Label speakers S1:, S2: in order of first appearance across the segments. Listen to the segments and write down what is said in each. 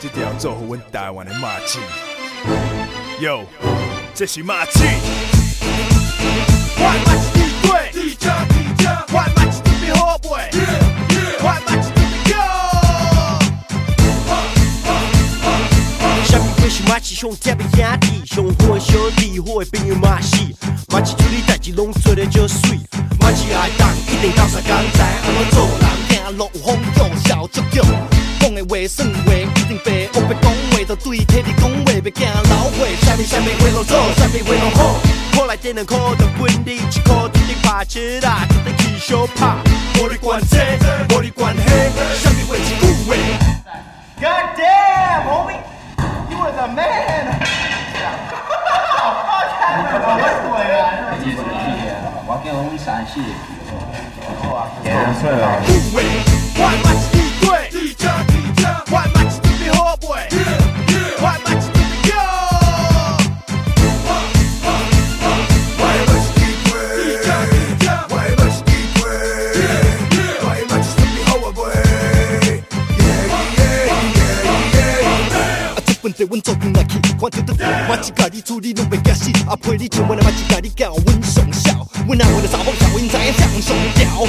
S1: 这条做好阮台湾的马戏。Yo，这是马戏。我马戏地贵，地价地价，我马戏地比好卖。我马戏地比高。
S2: 啥物鬼是马戏上贴的兄弟，上好的小弟，好的朋友马戏，马戏处理代志拢做得足水，马戏爱当一定到啥讲知安怎做人。
S3: 行路有风叫，笑足叫，讲的话算话一定白，黑白讲话就对体你讲话，别惊老话，啥物啥物话都做，啥物话都好。
S2: 我来电两块，就分你一块，一定拍车啦，一定去相拍，无你管这，无你管迄，啥物话一句话。
S4: God damn, homie! You was a man!
S1: 我马戏地贵，地价地价，我马戏地比好卖。我马戏地比高。我马戏地贵，地价地价，我马戏地贵，我马戏地比好卖。
S3: 啊，这问题阮做阵来去，看着得我一甲你处理拢袂惊死，啊陪你上班的嘛一甲你教，阮上笑，阮阿阮的查某笑，因知影谁上吊，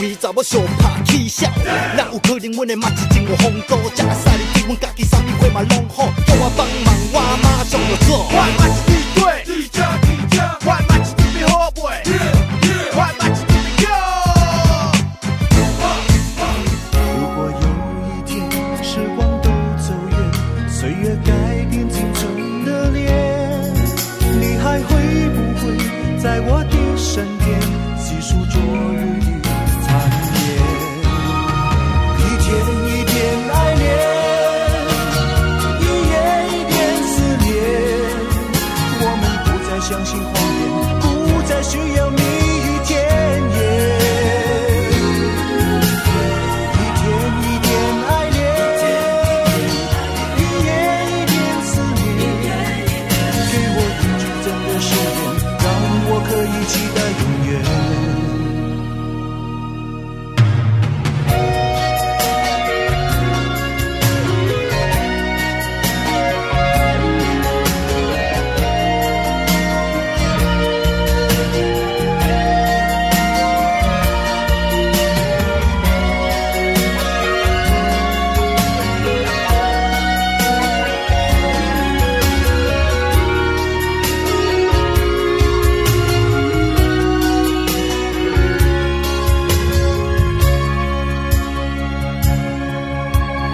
S3: 为查某上拍起笑，哪有可能阮的嘛一真有风度，食三日对阮家己啥物货嘛拢好，叫我帮忙我马上就做。
S1: 我马戏地贵，地价地价，我马戏地比好卖。我马戏地比高。
S5: 如果有一天时光都走远，岁月改变青春的脸，你还会不会在我的身边，细数昨日的残烟？一天一点爱恋，一夜一点思念。我们不再相信谎言，不再需要蜜语甜言。一天一点爱恋，一夜一点思念，给我一句真的誓言，让我可以期待永远。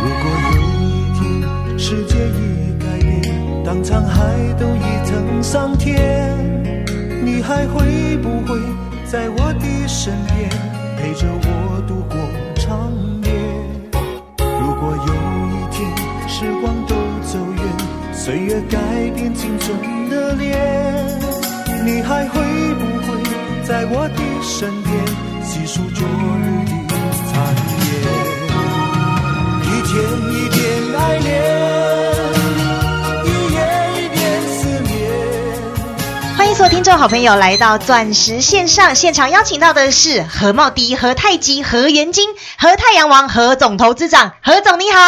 S5: 如果有一天世界已改变，当沧海都已成桑田，你还会不会在我的身边，陪着我度过长夜？如果有一天时光都走远，岁月改变青春的脸，你还会不会在我的身边，细数昨日的残夜？一天一点爱恋，一夜一点思念。
S6: 欢迎所有听众好朋友来到钻石线上现场，邀请到的是何茂迪、何太极、何元金、何太阳王、何总投资长。何总你好，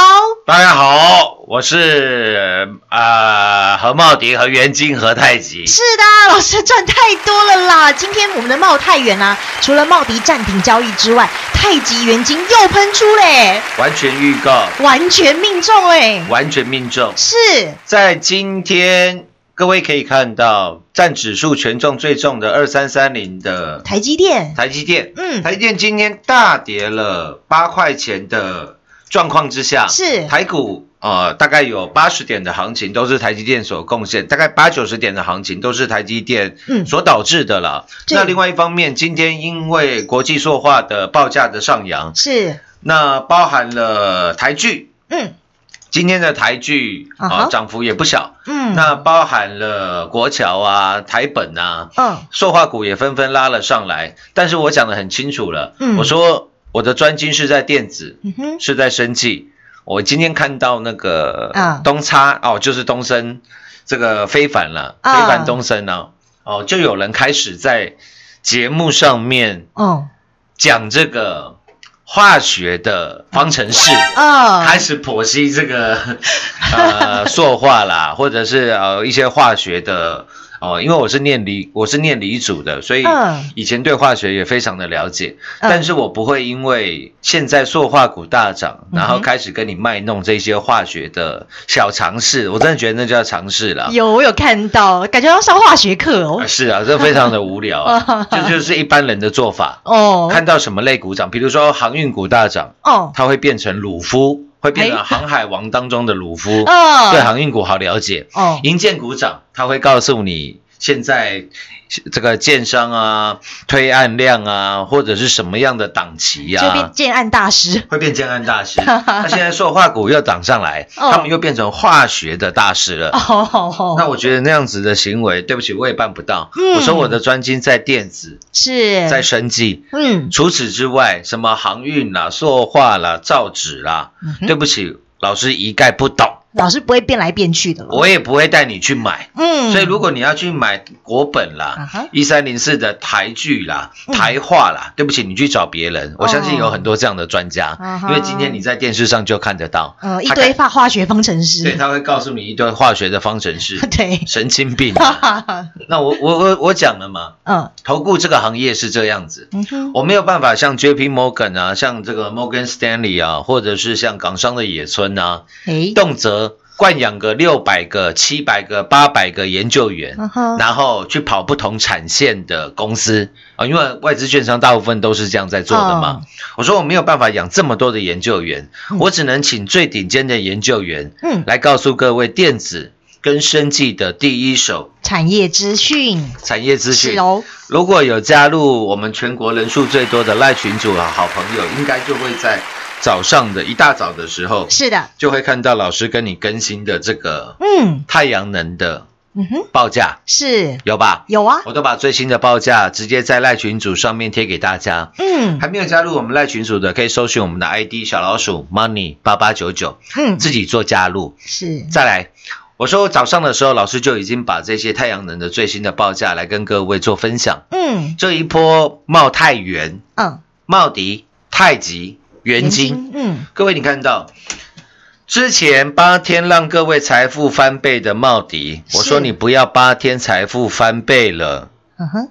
S7: 大家好，我是呃何茂迪、何元金、何太极。
S6: 是的，老师赚太多了啦！今天我们的茂泰远啊，除了茂迪暂停交易之外，太极元金又喷出嘞，
S7: 完全预告，
S6: 完全命中哎，
S7: 完全命中。
S6: 是
S7: 在今天，各位可以看到，占指数权重最重的二三三零的
S6: 台积电，
S7: 台积电，
S6: 嗯
S7: 台积电今天大跌了八块钱的状况之下，
S6: 是
S7: 台股。呃，大概有八十点的行情都是台积电所贡献，大概八九十点的行情都是台积电
S6: 嗯
S7: 所导致的了。
S6: 对
S7: 那另外一方面，今天因为国际塑化的报价的上扬，
S6: 是，
S7: 那包含了台剧。
S6: 嗯，
S7: 今天的台剧
S6: 啊
S7: 啊
S6: 哈
S7: 涨幅也不小，
S6: 嗯，
S7: 那包含了国桥啊、台本啊，
S6: 嗯
S7: 塑化股也纷纷拉了上来。但是我讲的很清楚了，
S6: 嗯
S7: 我说我的专精是在电子，
S6: 嗯哼，
S7: 是在生技。我今天看到那个
S6: 啊
S7: 东差、哦，就是东升这个非凡了，
S6: 啊
S7: 非凡东升呢、哦，就有人开始在节目上面
S6: 哦，
S7: 讲这个化学的方程式。
S6: 哦，
S7: 开始剖析这个 呃塑化啦，或者是呃一些化学的哦、因为我是念理我是念理组的，所以
S6: 嗯
S7: 以前对化学也非常的了解，
S6: 嗯
S7: 但是我不会因为现在塑化股大涨，然后开始跟你卖弄这些化学的小尝试，我真的觉得那叫尝试啦。
S6: 嗯有我有看到，感觉要上化学课
S7: 啊
S6: 哦，，
S7: 是啊，这非常的无聊、啊这就是一般人的做法。
S6: 哦，
S7: 看到什么类股涨，比如说航运股大涨，
S6: 哦，
S7: 它会变成鲁夫，会变
S6: 哎
S7: 成航海王当中的鲁夫。
S6: 哦，
S7: 对航运股好了解。
S6: 哦，
S7: 银建股涨，它会告诉你现在这个建商啊、推案量啊，或者是什么样的档期
S6: 就变
S7: 啊。
S6: 建案大师，
S7: 会变建案 大师，那现在塑化股又涨上来，
S6: 哦
S7: 他们又变成化学的大师了。
S6: 哦，好
S7: 那
S6: 好，
S7: 我觉得那样子的行为，对不起，我也办不到。
S6: 嗯
S7: 我说我的专精在电子，
S6: 是，
S7: 在生技，
S6: 嗯，
S7: 除此之外，什么航运啦、塑化啦、造纸啦，
S6: 嗯哼
S7: 对不起，老师一概不懂，
S6: 老师不会变来变去的了，
S7: 我也不会带你去买。
S6: 嗯，
S7: 所以如果你要去买国本
S6: 啊
S7: 啦
S6: 哈、
S7: 一三零四的台剧啦、
S6: 嗯哦
S7: 台化啦，对不起，你去找别人。我相信有很多这样的专
S6: 啊
S7: 家，
S6: 哈
S7: 因为今天你在电视上就看得到，
S6: 呃一
S7: 他
S6: 堆
S7: 看
S6: 化化学方程
S7: 对，
S6: 式，，
S7: 他会告诉你一堆化学的方程式
S6: 嗯 对，
S7: 神经病
S6: 哈
S7: 啊。
S6: 哈哈，
S7: 那我我我我讲了嘛，
S6: 嗯
S7: 投顾这个行业是这样子，
S6: 嗯哼，
S7: 我没有办法像 J.P. Morgan 啊，像这个 Morgan Stanley 啊，或者是像港商的野村啊，
S6: 诶，
S7: 动辄惯养个六百个、七百个、八百个研究员
S6: 嗯哼
S7: 然后去跑不同产线的公司啊、因为外资券商大部分都是这样在做的嘛。
S6: 哦
S7: 我说我没有办法养这么多的研究员，我只能请最顶尖的研究员
S6: 嗯，
S7: 来告诉各位电子跟生技的第一手
S6: 产业资讯
S7: 产业资讯。
S6: 是哦，
S7: 如果有加入我们全国人数最多的赖群组啊，好朋友应该就会在早上的一大早的时候，
S6: 是的，
S7: 就会看到老师跟你更新的这个
S6: 嗯
S7: 太阳能的
S6: 嗯哼，
S7: 报价，
S6: 是
S7: 有吧？
S6: 有啊，
S7: 我都把最新的报价直接在赖群组上面贴给大家。
S6: 嗯
S7: 还没有加入我们赖群组的，可以搜寻我们的 ID 小老鼠 money 八八九九，
S6: 嗯
S7: 自己做加入。
S6: 是，
S7: 再来，我说早上的时候，老师就已经把这些太阳能的最新的报价来跟各位做分享。
S6: 嗯
S7: 这一波茂泰元、
S6: 嗯，
S7: 茂迪、太极、元金，，
S6: 嗯
S7: 各位你看到之前八天让各位财富翻倍的茂迪，
S6: 是
S7: 我说你不要八天财富翻倍了，
S6: 嗯哼，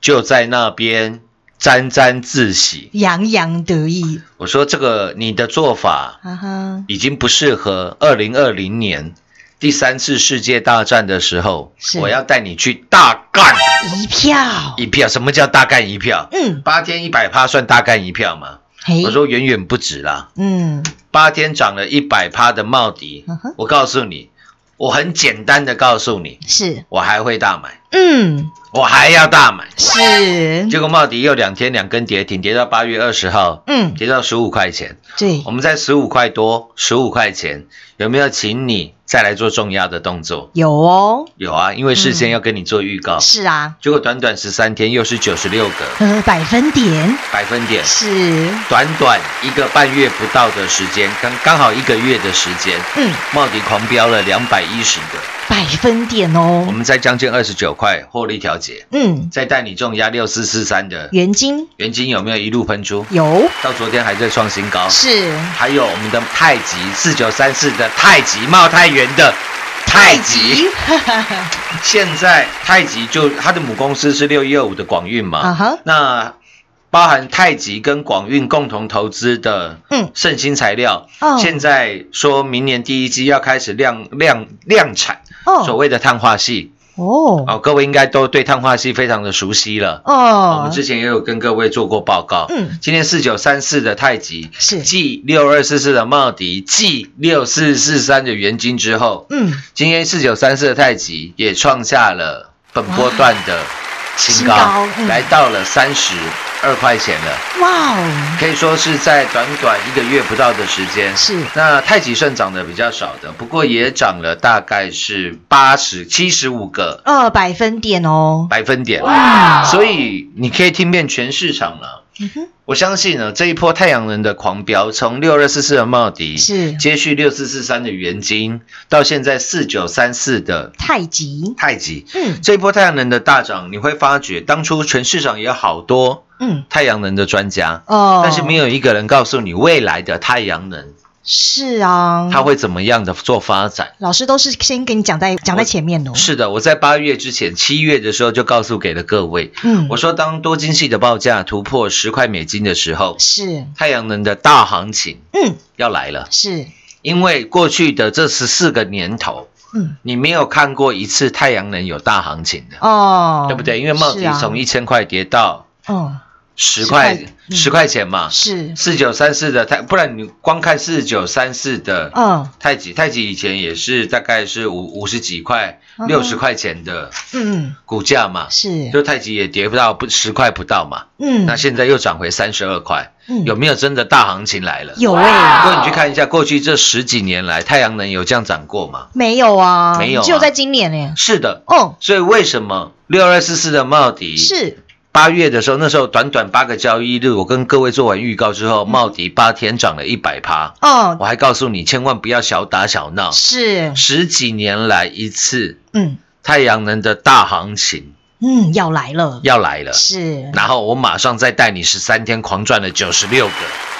S7: 就在那边沾沾自喜。
S6: 洋洋得意，
S7: 我说这个你的做法
S6: 哈哈，
S7: 已经不适合二零二零年第三次世界大战的时候
S6: 是，
S7: 我要带你去大干
S6: 一票，
S7: 一票。什么叫大干一票？
S6: 嗯，
S7: 八天一百趴算大干一票吗？
S6: 嘿
S7: 我，说远远不止啦，
S6: 嗯，
S7: 八天涨了一百趴的茂迪
S6: 嗯哼，
S7: 我告诉你，我很简单的告诉你，
S6: 是，
S7: 我还会大买，
S6: 嗯，
S7: 我还要大买。
S6: 是，
S7: 结果茂迪又两天两根跌停，跌到八月二十号，
S6: 嗯，
S7: 跌到十五块钱。
S6: 对
S7: 我，们在十五块多、十五块钱，有没有请你再来做重要的动作？
S6: 有哦，
S7: 有啊，因为事先要跟你做预告。
S6: 是啊，
S7: 结果短短十三天又是九十六个
S6: 呃，百分点
S7: 百分点，
S6: 是，
S7: 短短一个半月不到的时间，刚刚好一个月的时间，
S6: 嗯，
S7: 茂迪狂飙了两百一十个，
S6: 百分点
S7: 我
S6: 哦，
S7: 们在将近二十九块获利调节，
S6: 嗯，
S7: 再带你重压六四四三的
S6: 原金
S7: 元金有没有一路喷出？
S6: 有
S7: 到昨天还在创新高，
S6: 是
S7: 还有我们的太极四九三四的太极茂太元的太极，，
S6: 哈哈哈
S7: 现在太极就它的母公司是六一二五的广运
S6: 啊
S7: 嘛，
S6: 哈，
S7: 那包含太极跟广运共同投资的
S6: 嗯
S7: 盛兴材料，
S6: 哦
S7: 现在说明年第一季要开始量量量产，所
S6: 哦
S7: 谓的碳化系
S6: 哦
S7: 哦，各位应该都对碳化系非常的熟悉了。啊我
S6: 哦
S7: 们，之前也有跟各位做过报告，
S6: 嗯，
S7: 今天四九三四的太极
S6: 是
S7: 继六二四四的茂迪，继六四四三的元金之后，
S6: 嗯，
S7: 今天四九三四的太极也创下了本波段的新高，
S6: 新高嗯
S7: 来到了三十二块钱了，
S6: 哇哦，
S7: 可以说是在短短一个月不到的时间。
S6: 是
S7: 那太极盛涨得比较少的，不过也涨了大概是八十七十五个
S6: 二百分点哦，
S7: 百分点，
S6: 哇
S7: 所以你可以听遍全市场了。
S6: 嗯哼，
S7: 我相信呢，这一波太阳能的狂飙，从六二四四的茂迪，
S6: 是
S7: 接续六四四三的元金，到现在四九三四的
S6: 太极，
S7: 太极，
S6: 嗯
S7: 这一波太阳能的大涨，你会发觉当初全市场也有好多
S6: 嗯，
S7: 太阳能的专家，
S6: 哦，
S7: 但是没
S6: 有，
S7: 有一个人告诉你未来的太阳能
S6: 是啊，
S7: 它会怎么样的做发展。
S6: 老师都是先跟你讲在讲在前面哦，，
S7: 是的，我在八月之前，七月的时候就告诉给了各位，
S6: 嗯，
S7: 我说当多晶系的报价突破十块美金的时候，
S6: 是，
S7: 太阳能的大行情
S6: 嗯，
S7: 要来了。
S6: 是，
S7: 因为过去的这十四个年头，
S6: 嗯，
S7: 你没有看过一次太阳能有大行情的，
S6: 哦，
S7: 对不对？因为茂迪
S6: 是啊
S7: 从一千块跌到
S6: 哦，
S7: 十块
S6: 10块，嗯
S7: 十块钱嘛，
S6: 是，
S7: 四九三四的太，不然你光看四九三四的
S6: 嗯
S7: 太极，太极以前也是大概是五五十几块、
S6: 嗯
S7: 六十块钱的
S6: 嗯，
S7: 股价嘛，
S6: 是，
S7: 就太极也跌不到不十块不到嘛，
S6: 嗯，
S7: 那现在又涨回三十二块，
S6: 嗯
S7: 有没有真的大行情来了？
S6: 有哎、
S7: 如果你去看一下过去这十几年来，太阳能有这样涨过吗？
S6: 没有啊，
S7: 没有啊
S6: 只有在今年哎、
S7: 是的，
S6: 哦，
S7: 所以为什么六二四四的茂迪
S6: 是，
S7: 八月的时候，那时候短短八个交易日，我跟各位做完预告之后，茂迪八天涨了一百趴，
S6: 哦，
S7: 我还告诉你千万不要小打小闹，
S6: 是，
S7: 十几年来一次
S6: 嗯
S7: 太阳能的大行情
S6: 嗯，要来了，
S7: 要来了，
S6: 是，
S7: 然后我马上再带你十三天狂赚了九十六个，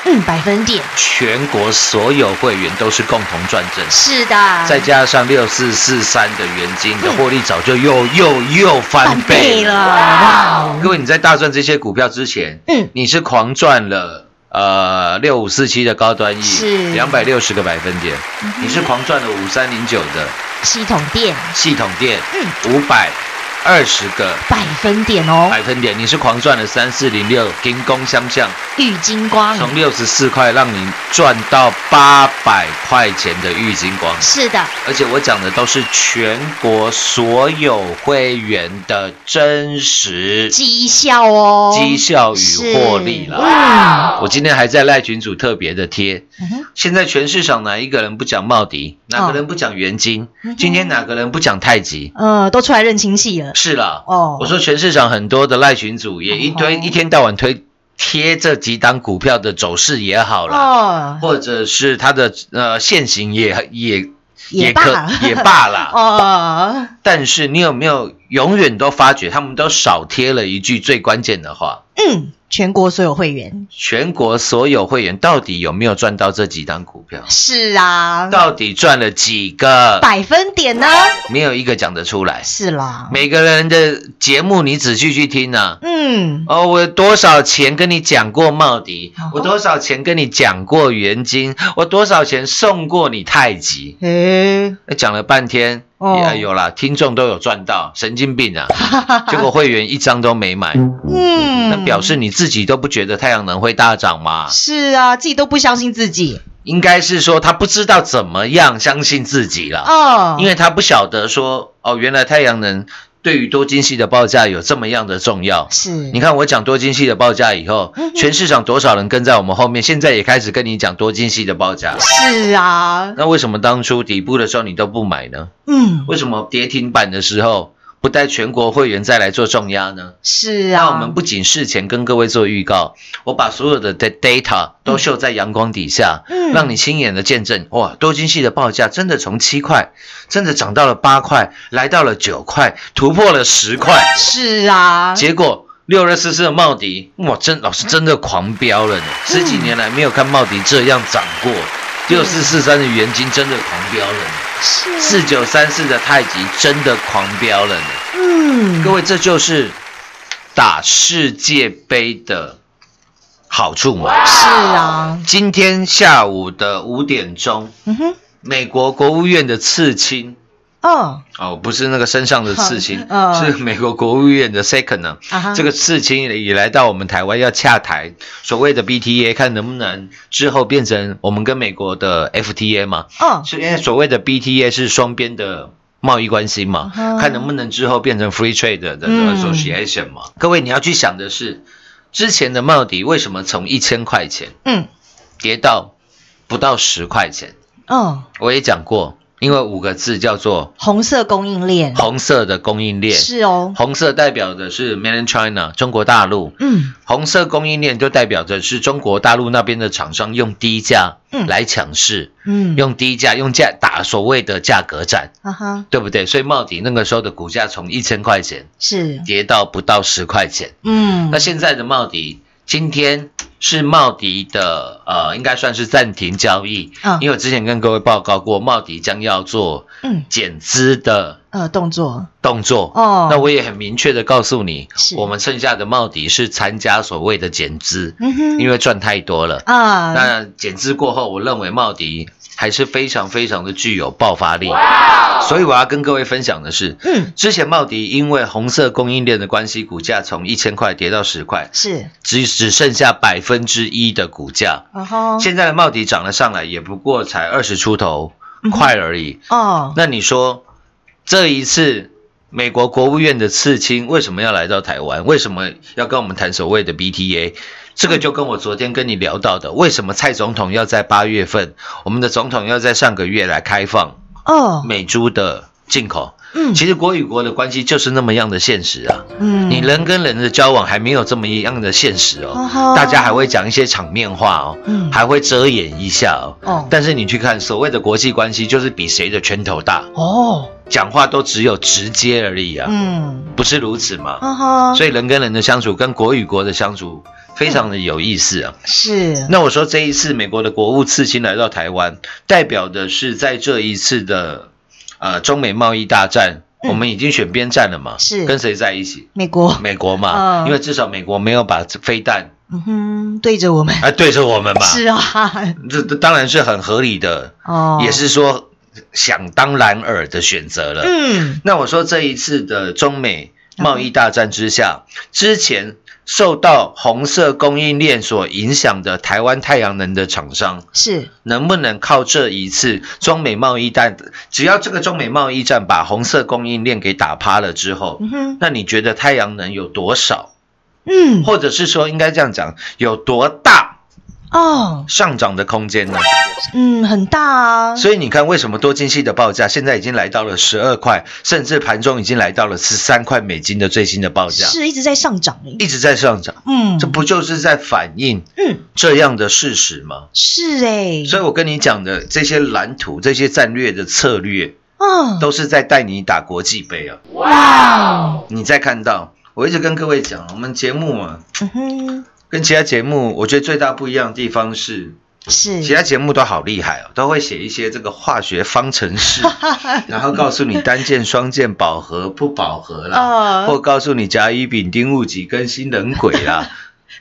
S6: 嗯，百分点，
S7: 全国所有会员都是共同赚正。
S6: 是的，
S7: 再加上六四四三的原金你的获利，早就又又又翻
S6: 翻
S7: 倍
S6: 倍了，哇哦，
S7: 各位，你在大赚这些股票之前，
S6: 嗯，
S7: 你是狂赚了呃六五四七的高端 E，
S6: 是嗯
S7: 两百六十个百分点，你是狂赚了五三零九的
S6: 系统店
S7: 系统店，
S6: 嗯
S7: 五百二十个
S6: 百分点哦，
S7: 百分点，你是狂赚了三四零六金工相向，
S6: 郁金光，
S7: 从六十四块让你赚到八百块钱的玉金光，
S6: 是的，
S7: 而且我讲的都是全国所有会员的真实
S6: 绩效哦，
S7: 绩效与获利
S6: 是
S7: 啦。我今天还在赖群主特别的贴，
S6: 嗯哼
S7: 现在全市场哪一个人不讲茂迪，哪个人不讲元金，
S6: 哦
S7: 今天哪个人不讲太极？
S6: 呃，都出来认亲戚了，
S7: 是啦，
S6: 哦
S7: 我说全市场很多的赖群主也一堆、
S6: 哦
S7: 一天到晚推贴这几档股票的走势也好啦，
S6: 哦，
S7: 或者是它的呃现形也也
S6: 也罢
S7: 可
S6: 了
S7: 也罢啦。
S6: 哦，
S7: 但是你有没有永远都发觉他们都少贴了一句最关键的话？
S6: 嗯，全国所有会员，
S7: 全国所有会员到底有没有赚到这几档股票？
S6: 是啊，
S7: 到底赚了几个？
S6: 百分点呢？
S7: 没有一个讲得出来。
S6: 是啦，
S7: 每个人的节目你仔细去听啊。
S6: 嗯，
S7: 哦，我多少钱跟你讲过茂迪
S6: 哦？
S7: 我多少钱跟你讲过元金？我多少钱送过你太极？
S6: 诶，
S7: 哎讲了半天，
S6: 哦
S7: 也有啦，听众都有赚到，神经病 啊！结果会员一张都没买，
S6: 嗯，
S7: 那表示你自己都不觉得太阳能会大涨吗？
S6: 是啊，自己都不相信自己
S7: 应该是说他不知道怎么样相信自己了，
S6: 哦，
S7: 啊因为他不晓得说哦，原来太阳能对于多晶系的报价有这么样的重要。
S6: 是嗯
S7: 你看我讲多晶系的报价以后，全市场多少人跟在我们后面，现在也开始跟你讲多晶系的报价。
S6: 是啊，
S7: 那为什么当初底部的时候你都不买呢？
S6: 嗯，
S7: 为什么跌停板的时候不带全国会员再来做重压呢？
S6: 是
S7: 那
S6: 啊，
S7: 我们不仅事前跟各位做预告，我把所有的 da- data 都秀在阳光底下，
S6: 嗯
S7: 让你亲眼的见证。哇，多晶系的报价真的从七块，真的涨到了八块，来到了九块，突破了十块。
S6: 是啊，
S7: 结果六二四四的茂迪，哇，真老师真的狂飙了呢！
S6: 嗯
S7: 十几年来没有看茂迪这样涨过。六四四三的元金真的狂飙了呢，
S6: 是
S7: 四九三四的太极真的狂飙了呢。
S6: 嗯，
S7: 各位，这就是打世界杯的好处嘛。
S6: 是啊，
S7: 今天下午的五点钟，
S6: 嗯哼，
S7: 美国国务院的刺青
S6: 哦，
S7: 哦，不是那个身上的刺青，
S6: 嗯
S7: 是美国国务院的 second 呢、
S6: 啊哈
S7: 这个刺青也来到我们台湾要洽谈所谓的 BTA，看能不能之后变成我们跟美国的 FTA 嘛？
S6: 哦，
S7: 是因为所谓的 BTA 是双边的贸易关系嘛，
S6: 嗯哼
S7: 看能不能之后变成 Free Trade 的的
S6: 嗯
S7: Association 嘛。各位你要去想的是，之前的茂迪为什么从一千块钱
S6: 嗯，
S7: 跌到不到十块钱？
S6: 哦，
S7: 我也讲过，因为五个字叫做
S6: 红色供应链
S7: 红色的供应链，
S6: 是哦，
S7: 红色代表的是 Mainland China 中国大陆，
S6: 嗯
S7: 红色供应链就代表着是中国大陆那边的厂商用低价
S6: 嗯
S7: 来抢市，
S6: 嗯，
S7: 用低价用价打所谓的价格战，
S6: 啊哈，
S7: 对不对？所以茂迪那个时候的股价从一千块钱
S6: 是，
S7: 跌到不到十块钱。
S6: 嗯
S7: 那，现在的茂迪今天是茂迪的呃，应该算是暂停交易，
S6: 嗯
S7: 因为我之前跟各位报告过，茂迪将要做
S6: 嗯
S7: 减资的
S6: 呃，动作
S7: 动作。
S6: 哦
S7: 那我也很明确的告诉你
S6: 是，
S7: 我们剩下的茂迪是参加所谓的减资，
S6: 嗯哼
S7: 因为赚太多了。
S6: 啊，
S7: 那减资过后，我认为茂迪还是非常非常的具有爆发力。所以我要跟各位分享的是，
S6: 哦嗯，
S7: 之前茂迪因为红色供应链的关系，股价从一千块跌到十块，
S6: 是，
S7: 只只剩下百分之一的股价。
S6: 然后
S7: 现在的茂迪涨了上来，也不过才二十出头
S6: 嗯哼
S7: 块而已。
S6: 哦，
S7: 那你说这一次美国国务院的刺青为什么要来到台湾？为什么要跟我们谈所谓的 BTA？这个就跟我昨天跟你聊到的，为什么蔡总统要在八月份，我们的总统要在上个月来开放
S6: 哦，
S7: 美猪的进口？
S6: 嗯
S7: 其实国与国的关系就是那么样的现实啊。
S6: 嗯，
S7: 你人跟人的交往还没有这么一样的现实
S6: 哦
S7: 哦
S6: 吼，
S7: 大家还会讲一些场面话哦
S6: 嗯，
S7: 还会遮掩一下哦。
S6: 哦
S7: 但是你去看所谓的国际关系，就是比谁的拳头大，
S6: 哦，
S7: 讲话都只有直接而已啊，
S6: 嗯，
S7: 不是如此吗？
S6: 啊哈，
S7: 所以人跟人的相处跟国与国的相处非常的有意思啊。
S6: 是，
S7: 那我说这一次美国的国务次卿来到台湾，代表的是在这一次的呃中美贸易大战，
S6: 嗯
S7: 我们已经选边站了嘛，
S6: 是
S7: 跟谁在一起？
S6: 美国，
S7: 美国嘛，
S6: 嗯
S7: 因为至少美国没有把飞弹
S6: 嗯哼，对着我们，
S7: 哎对着我们嘛，
S6: 是啊，
S7: 这这当然是很合理的，
S6: 哦，
S7: 也，是说想当然尔的选择了。
S6: 嗯，
S7: 那我说这一次的中美贸易大战之下，之前受到红色供应链所影响的台湾太阳能的厂商，
S6: 是，
S7: 能不能靠这一次中美贸易战，只要这个中美贸易战把红色供应链给打趴了之后，
S6: 嗯哼，
S7: 那你觉得太阳能有多少？
S6: 嗯，
S7: 或者是说应该这样讲，有多大
S6: 哦，
S7: 上涨的空间呢？
S6: 嗯，很大啊，
S7: 所以你看，为什么多晶系的报价现在已经来到了十二块，甚至盘中已经来到了十三块美金的最新的报价，
S6: 是一直在上涨
S7: 一
S6: 诶，
S7: 直在上涨，
S6: 嗯，
S7: 这不就是在反映
S6: 嗯
S7: 这样的事实吗？
S6: 是哎，
S7: 所以我跟你讲的这些蓝图、这些战略的策略，
S6: 嗯，
S7: 都是在带你打国际杯啊！
S6: 哇，哦
S7: 你再看到，我一直跟各位讲，我们节目嘛，
S6: 嗯哼，
S7: 跟其他节目，我觉得最大不一样的地方是，
S6: 是，
S7: 其他节目都好厉害哦，都会写一些这个化学方程 式，然后告诉你单键、双键饱和不饱和啦，
S6: 哦
S7: 或告诉你甲乙丙丁戊己庚辛壬癸啦。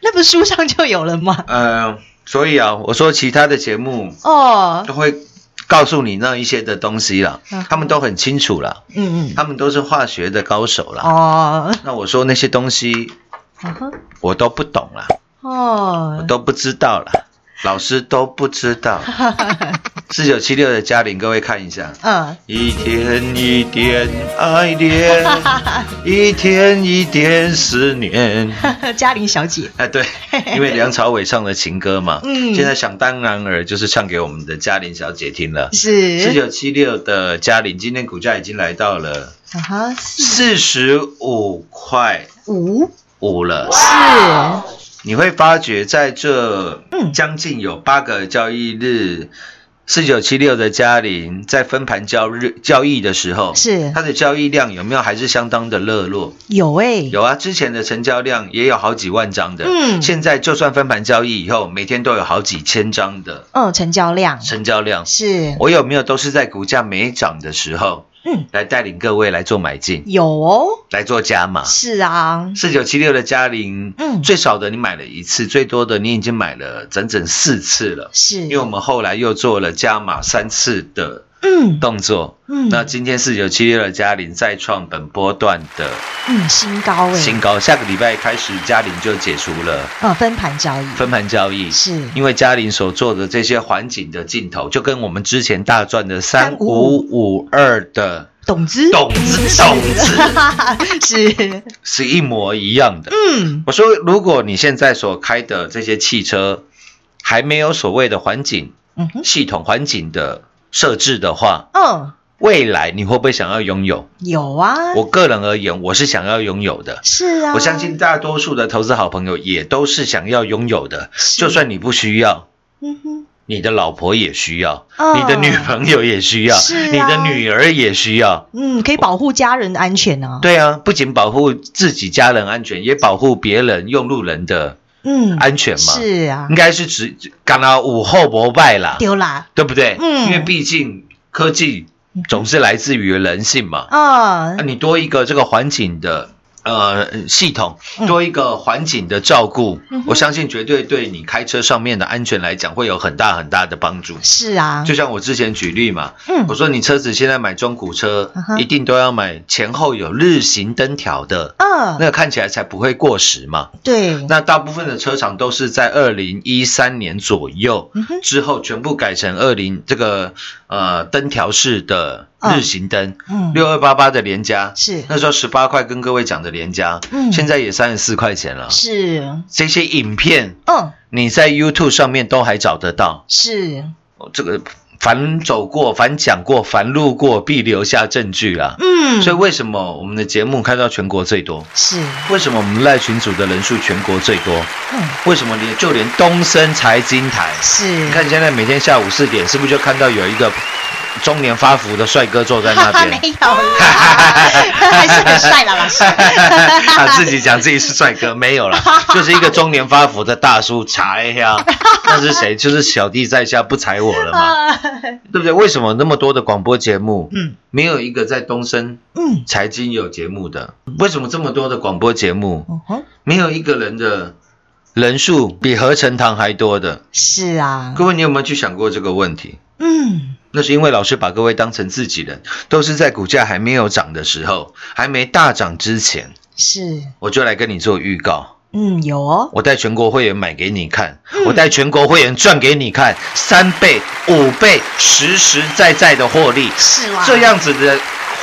S6: 那不是书上就有了吗？
S7: 呃，所以啊，我说其他的节目
S6: 哦，
S7: 都会告诉你那一些的东西啦
S6: 嗯，
S7: 他们都很清楚啦，
S6: 嗯嗯，
S7: 他们都是化学的高手啦。
S6: 哦，
S7: 那我说那些东西
S6: 嗯哼
S7: 我都不懂啦，我
S6: 哦，
S7: 都不知道啦，老师都不 知道。四九七六的嘉玲，各位看一下。
S6: 嗯，
S7: 一天一点 爱恋，一天一点思念。
S6: 嘉玲小姐，
S7: 哎，对，因为梁朝伟唱的情歌嘛，
S6: 嗯
S7: 现在想当然尔就是唱给我们的嘉玲小姐听了。四
S6: 是，
S7: 九七六的嘉玲，今天股价已经来到了
S6: 啊哈，四
S7: 四十五块
S6: 五
S7: 五了。
S6: 是，
S7: 你会发觉在这
S6: 嗯
S7: 将近有八个交易日，四九七六的嘉玲在分盘交日交易的时候，
S6: 是
S7: 它的交易量有没有还是相当的热络？
S6: 有哎，
S7: 有啊，之前的成交量也有好几万张的，
S6: 嗯
S7: 现在就算分盘交易以后，每天都有好几千张的
S6: 嗯，成交量
S7: 成交量。
S6: 是，
S7: 我有没有都是在股价没涨的时候
S6: 嗯，
S7: 来带领各位来做买进，
S6: 有哦，
S7: 来做加码？
S6: 是啊，
S7: 四九七六的嘉玲，
S6: 嗯
S7: 最少的你买了一次，最多的你已经买了整整四次了。
S6: 是，
S7: 因为我们后来又做了加码三次的
S6: 嗯
S7: 动作，
S6: 嗯，
S7: 那今天四九七六的嘉玲再创本波段的
S6: 嗯新高哎，
S7: 新高，下个礼拜开始嘉玲就解除了
S6: 嗯分盘交易
S7: 分盘交易，
S6: 是，
S7: 因为嘉玲所做的这些环境的镜头，就跟我们之前大赚的三五五二的
S6: 董之，
S7: 懂之懂之
S6: 是，
S7: 是一模一样的。
S6: 嗯，
S7: 我说，如果你现在所开的这些汽车还没有所谓的环境
S6: 嗯哼，
S7: 系统、环境的设置的话，
S6: 嗯，
S7: 未来你会不会想要拥有？
S6: 有啊，
S7: 我个人而言，我是想要拥有的。
S6: 是啊，
S7: 我相信，大多数的投资好朋友也都是想要拥有的，
S6: 是
S7: 就算你不需要，
S6: 嗯哼，
S7: 你的老婆也需要，
S6: 嗯
S7: 你的女朋友也需要，
S6: 是啊
S7: 你的女儿也需要。
S6: 嗯，可以保护家人的安全啊，，
S7: 对啊，不仅保护自己家人安全，也保护别人用路人的
S6: 嗯，
S7: 安全嘛。
S6: 是啊
S7: 应，该是指刚刚午后膜拜啦，
S6: 丢啦，
S7: 对不对？
S6: 嗯
S7: 因为毕竟科技总是来自于人性嘛。
S6: 啊
S7: 那，你多一个这个环境的呃系统
S6: 嗯，
S7: 多一个环境的照顾，
S6: 嗯哼
S7: 我相信绝对对你开车上面的安全来讲会有很大很大的帮助。
S6: 是啊，
S7: 就像我之前举例嘛，
S6: 嗯
S7: 我，说你车子现在买中古车
S6: 嗯，哼
S7: 一定都要买前后有日行灯条的，
S6: 嗯，
S7: 那个看起来才不会过时嘛。
S6: 对，
S7: 那大部分的车厂都是在二零一三年左右
S6: 嗯哼
S7: 之后全部改成二零这个呃灯条式的日行灯，
S6: 嗯，
S7: 六二八八的廉价
S6: 是
S7: 那时候十八块跟各位讲的廉价，
S6: 嗯
S7: 现在也三十四块钱了。
S6: 是，
S7: 这些影片
S6: 嗯，
S7: 你在 YouTube 上面都还找得到，
S6: 是，
S7: 哦这个凡走过、凡讲过、凡路过，必留下证据啊。
S6: 嗯，
S7: 所以为什么我们的节目看到全国最多？
S6: 是，
S7: 为什么我们赖群组的人数全国最多？
S6: 嗯，
S7: 为什么连就连东升财经台，
S6: 是
S7: 你，看现在每天下午四点，是不是就看到有一个中年发福的帅哥坐在那 边？
S6: 没有啦，还是很帅啦，老 师，
S7: 啊，自己讲自己是帅哥，没有啦，就是一个中年发福的大叔踩一下，那是谁？就是小弟在下不踩我了嘛，
S6: 啊，
S7: 对不对？为什么那么多的广播节目，
S6: 嗯
S7: 没有一个在东升
S6: 嗯，
S7: 财经有节目的？为什么这么多的广播节目，
S6: 嗯哼，
S7: 没有一个人的人数比合成堂还多的？
S6: 是啊，
S7: 各位，你有没有去想过这个问题？
S6: 嗯，
S7: 那是因为老师把各位当成自己人，都是在股价还没有涨的时候，还没大涨之前，
S6: 是，
S7: 我就来跟你做预告。
S6: 嗯，有哦，
S7: 我带全国会员买给你看，我带全国会员赚给你看，三倍、五倍，实实在在的获利。
S6: 是啊啦，
S7: 这样子的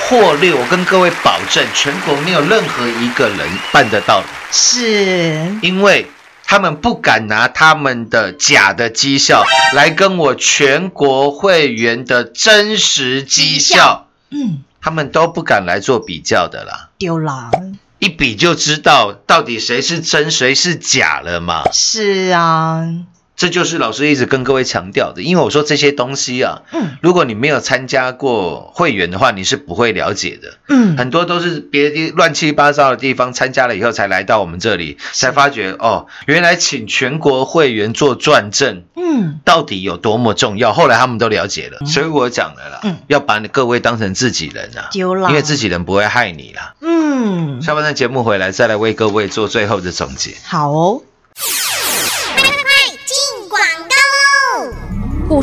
S7: 获利，我跟各位保证，全国没有任何一个人办得到，
S6: 是，
S7: 因为他们不敢拿他们的假的绩效来跟我全国会员的真实绩
S6: 绩效
S7: 效，
S6: 嗯，
S7: 他们都不敢来做比较的啦。
S6: 丢啦，
S7: 一比就知道到底谁是真谁是假了嘛。
S6: 是啊，
S7: 这就是老师一直跟各位强调的，因为我说这些东西啊，
S6: 嗯
S7: 如果你没有参加过会员的话，你是不会了解的。
S6: 嗯，
S7: 很多都是别的乱七八糟的地方参加了以后，才来到我们这里，才发觉哦，原来请全国会员做转正
S6: 嗯，
S7: 到底有多么重要。后来他们都了解了，所以我讲了啦，
S6: 嗯
S7: 要把你各位当成自己人啊，
S6: 丢啦，
S7: 因为自，己人不会害你啦。
S6: 嗯，
S7: 下半段节目回来再来为各位做最后的总结。
S6: 好哦，
S8: 进广告喽！股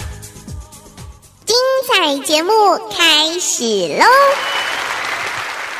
S8: 精彩节目开始喽！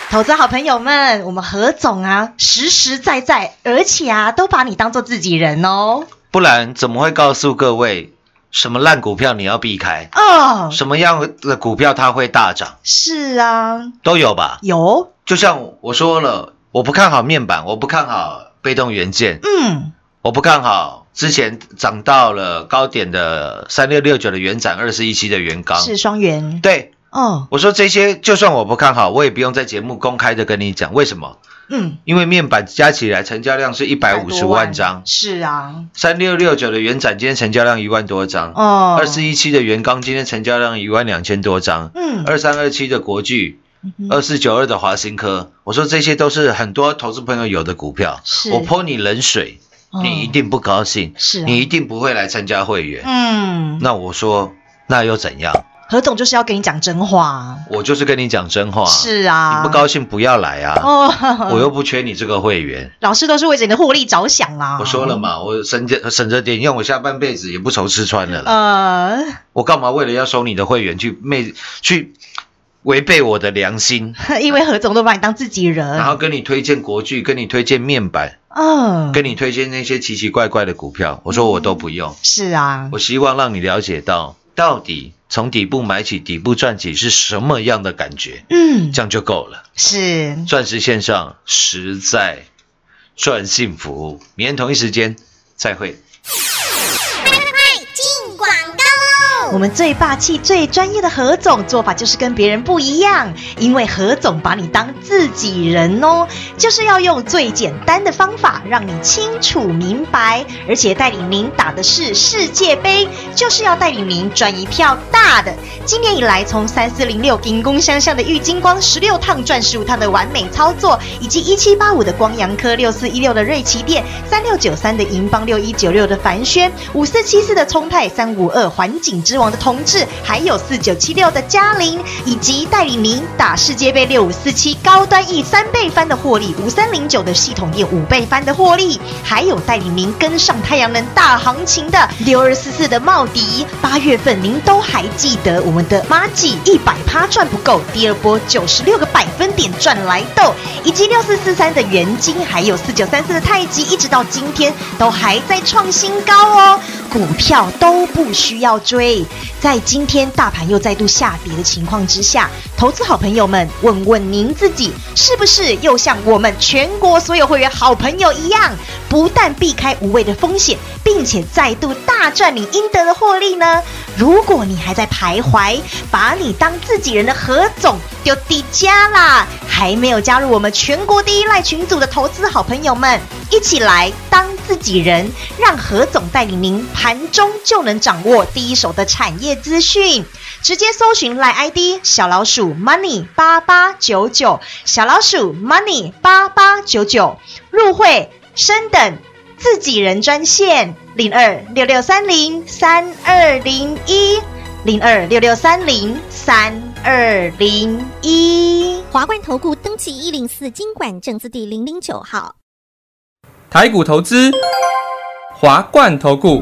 S6: 投资好朋友们，我们何总啊，实实在在，而且啊，都把你当做自己人哦，
S7: 不然怎么会告诉各位什么烂股票你要避开，
S6: 哦，
S7: 什么样的股票它会大涨，
S6: 是啊，
S7: 都有吧？
S6: 有，
S7: 就像我说了，我不看好面板，我不看好被动元件，
S6: 嗯，
S7: 我不看好之前涨到了高点的三六六九的元展，二四一七的元刚。
S6: 是双元，
S7: 对，
S6: 哦，
S7: 我说这些，就算我不看好，我也不用在节目公开的跟你讲，为什么？
S6: 嗯，
S7: 因为面板加起来成交量是一百五十万张，
S6: 是啊，
S7: 三六六九的原展今天成交量一万多张，
S6: 哦，
S7: 二四一七的原钢今天成交量一万两千多张，
S6: 嗯
S7: 二三二七的国巨，二四九二的华新科，我说这些都是很多投资朋友有的股票
S6: 是，
S7: 我泼你冷水，
S6: 哦
S7: 你一定不高兴，
S6: 是啊
S7: 你一定不会来参加会员。
S6: 嗯，
S7: 那我说，那又怎样？
S6: 何总就是要跟你讲真话，
S7: 我就是跟你讲真话，
S6: 是啊，
S7: 你不高兴不要来啊，
S6: 哦，
S7: 我又不缺你这个会员。
S6: 老师都是为着你的获利着想啊啦，
S7: 我说了，嘛，我省着省着点用，我下半辈子也不愁吃穿了啦。
S6: 呃，
S7: 我干嘛为了要收你的会员去昧去违背我的良心，
S6: 因为何总都把你当自己人，
S7: 然后跟你推荐国剧，跟你推荐面板，
S6: 嗯，
S7: 跟你推荐那些奇奇怪怪的股票，我说我都不用。
S6: 是啊，
S7: 我希望让你了解到，到底从底部买起，底部赚起是什么样的感觉，
S6: 嗯，
S7: 这样就够了。
S6: 是，
S7: 钻石线上实在赚幸福，明天同一时间再会。
S8: 进广告喽！
S6: 我们最霸气、最专业的何总做法就是跟别人不一样，因为何总把你当自己人哦，就是要用最简单的方法让你清楚明白，而且带领您打的是世界杯，就是要带领您赚一票大的。今年以来，从三四零六银工相向的玉金光十六趟赚十五趟的完美操作，以及一七八五的光阳科六四一六的瑞奇店三六九三的银邦六一九六的凡轩五四七四的聪泰三五二环境之王的同志，还有四九七六的嘉玲，以及带领您打世界杯六五四七高端 E 三倍翻的获利，五三零九的系统店五倍翻的获利，还有带领您跟上太阳能大行情的六二四四的茂迪，八月份您都还记得我们的妈季一百趴赚不够，第二波九十六个百分点赚来豆，以及六四四三的元金，还有四九三四的太极，一直到今天都还在创新高哦。股票都不需要追，在今天大盘又再度下跌的情况之下，投资好朋友们，问问您自己，是不是又像我们全国所有会员好朋友一样，不但避开无谓的风险，并且再度大赚你应得的获利呢？如果你还在徘徊，把你当自己人的何总丢底家啦，还没有加入我们全国第一赖群组的投资好朋友们，一起来当自己人，让何总带领您盘中就能掌握第一手的产业资讯。直接搜寻赖 ID 小老鼠 money 八八九九，小老鼠 money 八八九九入会升等。自己人专线零二六六三零三二零一零二六六三零三二零一。
S8: 华冠投顾登记一零四经管证字第零零九号。
S9: 台股投资，华冠投顾，